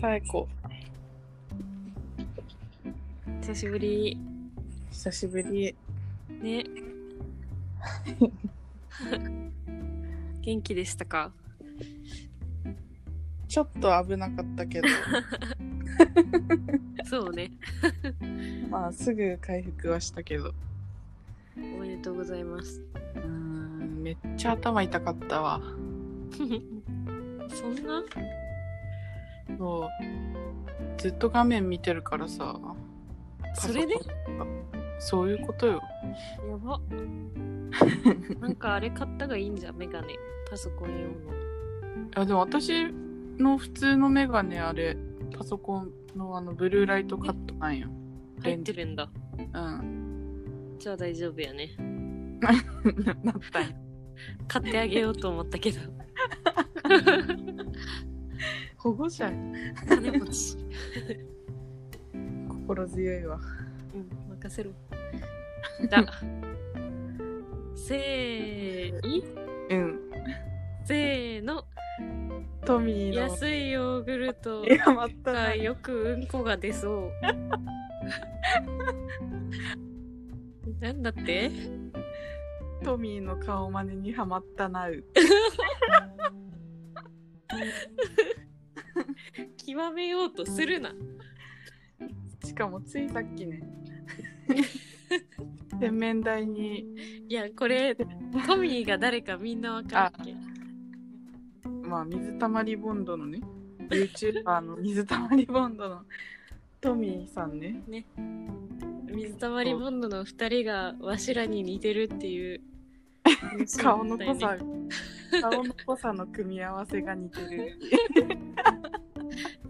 最高。久しぶり。久しぶり。ね。元気でしたかちょっと危なかった けど、そうね。まあすぐ回復はしたけど。おめでとうございます。 うーん、めっちゃ頭痛かったわ。そんなもう、ずっと画面見てるからさ。それでパソコンとかそういうことよ。やば。なんかあれ買ったがいいんじゃん、メガネ。パソコン用の。あでも私の普通のメガネあれ、パソコンのあのブルーライトカットなんよ。入ってるんだ。うん。じゃあ大丈夫やね。 なったんよ買ってあげようと思ったけど。保護者金持ち。心強いわ。うん、任せろ。じゃあ。せーいうん。せーの。トミーの。安いヨーグルトいや、まったがないよくうんこが出そう。 なんだってトミーの顔真似にはまったなう。極めようとするな。しかもついさっき ね。洗面台に、いや、これ、トミーが誰かみんなわかるっけまあ、水たまりボンドのね、YouTuber の水たまりボンドのトミーさんね。水溜りボンドの2人がわしらに似てるっていう。 顔の濃そうださよね、顔の濃さの組み合わせが似てる。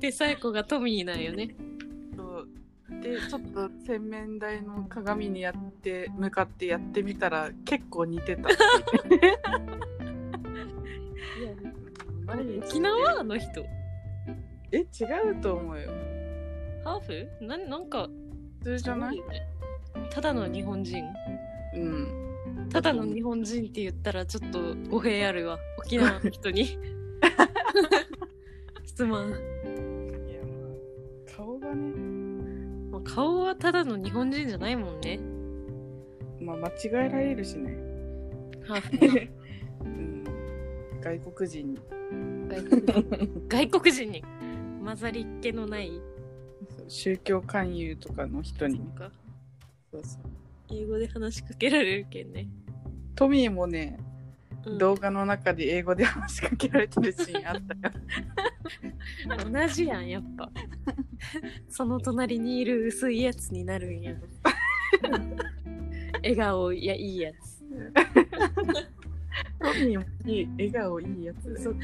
で、サイコがトミーなんよね。そうで、ちょっと洗面台の鏡にやって、向かってやってみたら結構似 てた。何沖縄の人。え、違うと思うよ。ハーフなんなんか、普通じゃないすごよねただの日本人うん。ただの日本人って言ったらちょっと語弊あるわ沖縄の人に質問、いやまあ顔がね、まあ、顔はただの日本人じゃないもんねまあ、間違えられるしね、ハーフうん、外国人に外国人外国人に混ざりっ気のない宗教勧誘とかの人にそっかそうそう英語で話しかけられるけんね、トミーもね、うん動画の中で英語で話しかけられてるシーンあった よ同じやんやっぱその隣にいる薄いやつになるんや笑顔いやいいやつトミーもいい笑顔いいやつだよ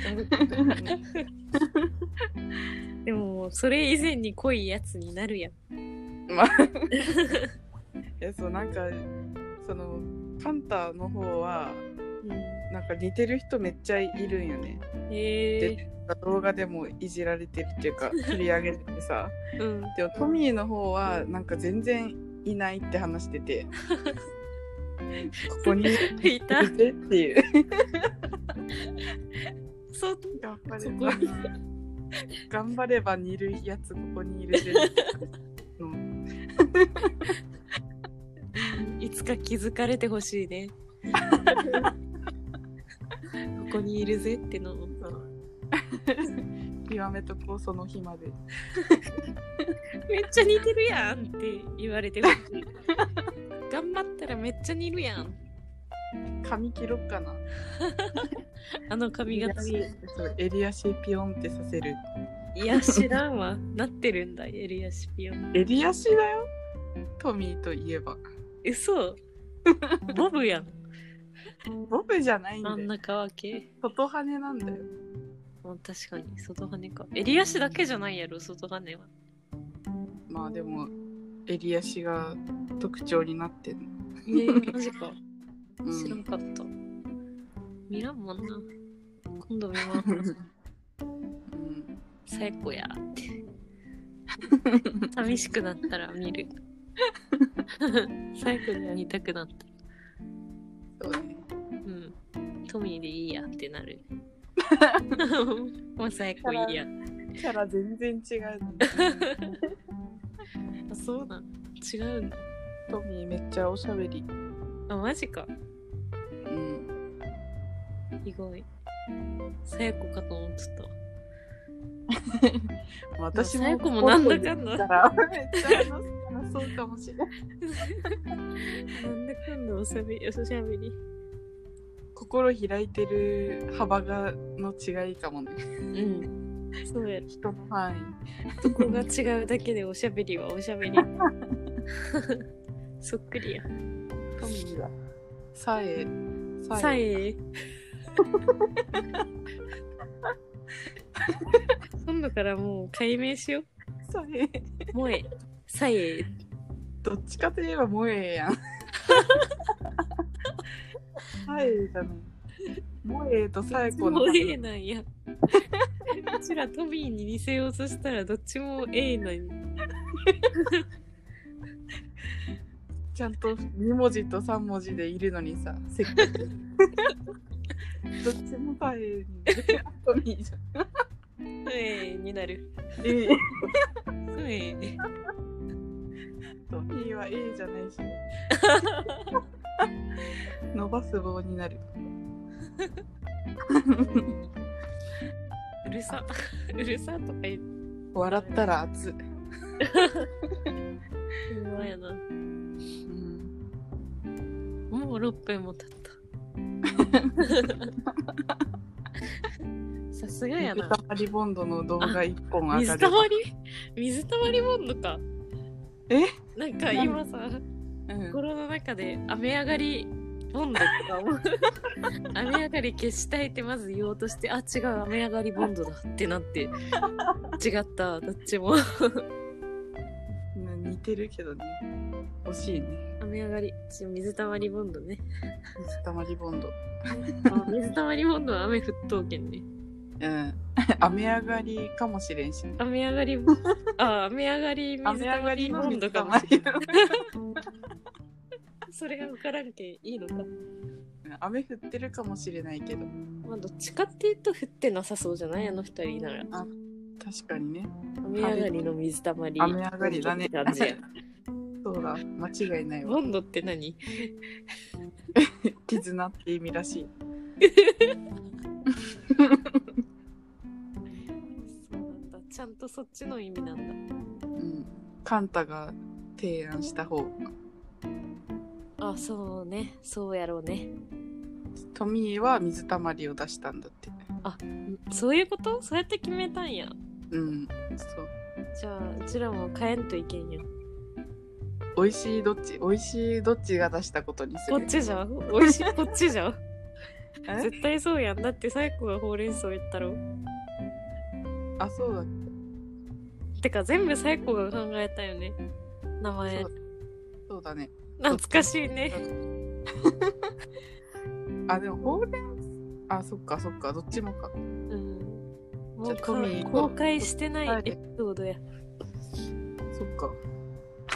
でももうそれ以前に濃いやつになるやん。まあいやそうなんかそのカンタの方はなんか似てる人めっちゃいるんよねへえ動画でもいじられてるっていう か取り上げててさうん。でもトミーの方はなんか全然いないって話しててここにい いた。てっていうそ頑張それこば頑張れば似るやつここにいるぜってうんいつか気づかれてほしいね。ここにいるぜっての。極めとこうその日までめっちゃ似てるやんって言われてほしい。頑張ったらめっちゃ似るやん。髪切ろっかなあの髪型に。そう襟足ピヨンってさせるいや知らんわ。なってるんだ、エリアシピオン。襟足だよトミーといえば嘘ボブやんボブじゃないんだ真よん中分け外羽なんだよもう確かに外羽か襟足だけじゃないやろ外羽はまあでも襟足が特徴になってる、ええマジかう知らんかった、見らんもんな今度見まうすん最高やって寂しくなったら見る最高に見たくなったそうね うんトミーでいいやってなるもう最高いいやん。キャラ全然違うのにあそうなん違うんだ。トミーめっちゃおしゃべりあ、マジか。うん意外。さやこかと思ってた。私さもやこもなんだかんだだ めっちゃ話すからそうかもしれないなんだかんだおしゃべり、おしゃべり。心開いてる幅がの違いかもねうん。そうや。人の範そこが違うだけでおしゃべりはおしゃべり。 そっくり囲や。トミーはさえさ え。今度からもう解明しよさえう。萌え。さえ。どっちかといえば萌えやんさえじゃない萌えとさえこの萌えなんや。うちらトビーに似せようとしたらどっちも A なんや。ちゃんと2文字と3文字でいるのにさ、せっかく。どっちもパエに。トミーじゃん。ええになる。 A ええ。トミーは A じゃ ないし。伸ばす棒になる。うるさ。うるさとか言って。笑ったら熱い。ほんまやな。うんもう6分も経 った。さすがや水な溜。りボンドの動画1本上が水るた。まり水たまりボンドか。えなんか今さ、うん心の中で雨上がりボンドとか思 う。雨上がり消したいってまず言おうとして、あ、違う、雨上がりボンドだってなって、違った、どっちも。似てるけどね。惜しいね。雨上がり、ち水たまりボンドね。水溜りボンド。あ水たまりボンドは雨沸騰圏ね。うん。雨上がりかもしれんしね。雨上 がり、あ、雨上がり、水たまりボンドかもしれれん。ない。 それが分からんけんいいのか。雨降ってるかもしれないけどまあ、どっちかっていうと降ってなさそうじゃないあの二人なら。確かにね雨上がりの水たまり。雨上がりだねボンドって感じやそうだ間違いないわボンドって何絆って意味らしいそうなんだ。ちゃんとそっちの意味なんだ。うんカンタが提案した方あ、そうね。そうやろうね。トミーは水たまりを出したんだってそういうことそうやって決めたんや。うんそじゃあ、うちらも変えんといけん よ。う美味しいどっち美味しいどっちが出したことにすこっるちじゃん。おいしい、こっちじゃん。 え絶対そうやん。だって、サイコがほうれん草言ったろ。あそうだてか、全部サイコが考えたよね。名前そ。うそうだね懐かしいね。 あでもほうれんあそっかそっかどっちもかうん。もじゃうあかトミー公開してないエピソードや。そっか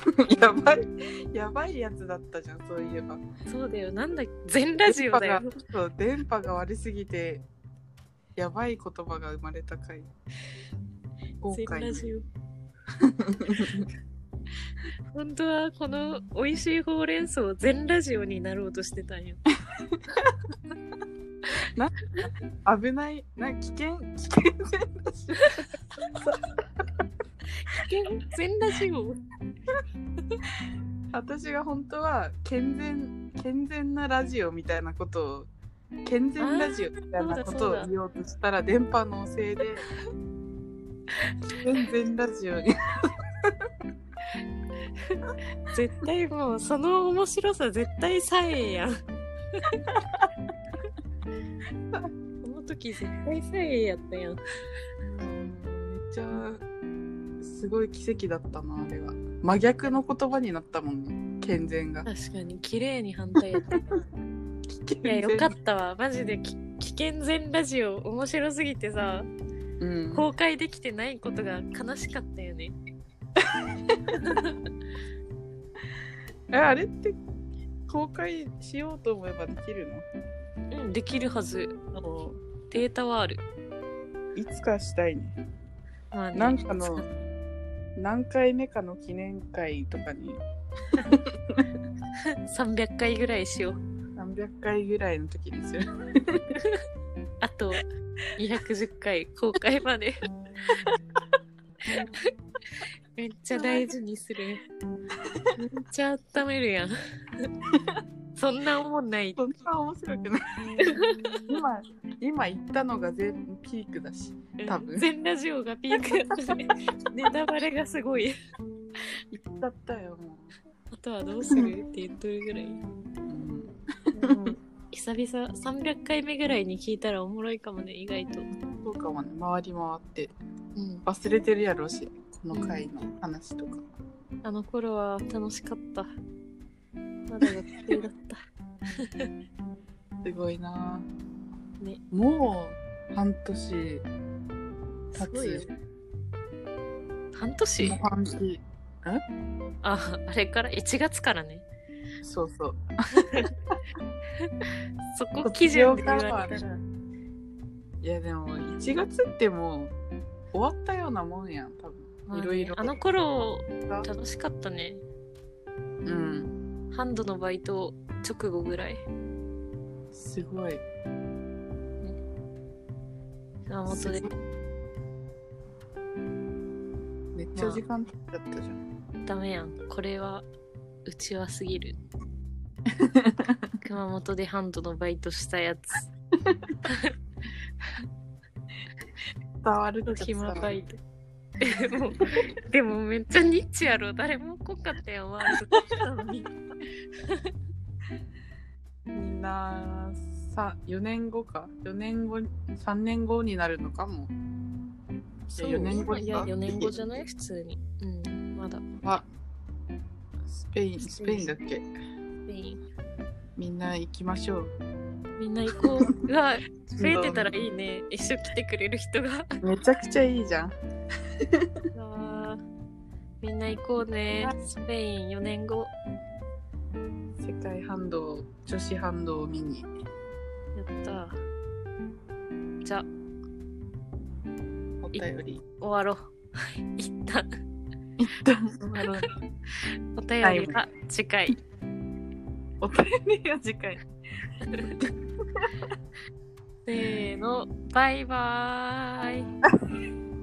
やばいやばいやつだったじゃんそういえばそうだよ。なんだ全ラジオだよ。電波がそう電波が悪すぎてやばい言葉が生まれた回今全回ラジオ。 本当はこの美味しいほうれん草全ラジオになろうとしてた んよ。危ないな危険危険全ラジオ私が本当は健全健全なラジオみたいなことを健全ラジオみたいなことそうだそうをだ言おうとしたら電波のせいで 健全ラジオに絶対もうその面白さ絶対さ えやん。この時絶対さえやったやん。めっちゃすごい奇跡だったなあれは真逆の言葉になったもんね健全が確かに綺麗に反対 やった。危いや険よかったわ。マジでき危険全ラジオ面白すぎてさ。うん公開できてないことが悲しかったよね。えあれって公開しようと思えばできるうん、できるはず。のデータはある。いつかしたいね。まあねなんか の何回目かの記念会とかに300回ぐらいしよう。 300回ぐらいの時にする。あと210回公開 まで。めっちゃ大事にす る。めっちゃ温めるやん。そんな思んない。そんな面白くない。今、今言ったのが全部ピークだし。多分全ラジオがピークだったね。ネタバレがすごい。言っちゃったよ、もあとはどうするって言っとるぐらい。う。うん久々300回目ぐらいに聞いたらおもろいかもね、意外と。そうかもね、回り回って。うん、忘れてるやろうし、この回の話とか。あの頃は楽しかった。まだ学生だった。すごいなぁねもう半年すごいよ経つ。半年もう半年あ、あれから、1月からね。そうそうそこ基準で言われたら。卒いやでも1月ってもう終わったようなもんやん多まあ分ねいろいろあの頃、が楽しかったね。うんハンドのバイト直後ぐらい。すごい熊本で。めっちゃ時間経っちゃったじゃん、ダメやん。これは、うちはすぎる。熊本でハンドのバイトしたやつ。伝わる時暇バイト。でも、でもめっちゃニッチやろ。誰も来んかったよ。ワールドカップなのにみんなさ4年後か4年後3年後になるのかもそう四年後かいや、4年後じゃない普通に。うん、まだ。あスペインスペインだっけいいみんな行きましょうみんな行こう。うわ、増えてたらいいね。一緒来てくれる人が。めちゃくちゃいいじゃんうわみんな行こうね。スペイン4年後。世界反動女子反動を見にやった。じゃあ、お便り終わろう。 一旦、お便りは次回。 お便りは次回せーの、バイバーイ。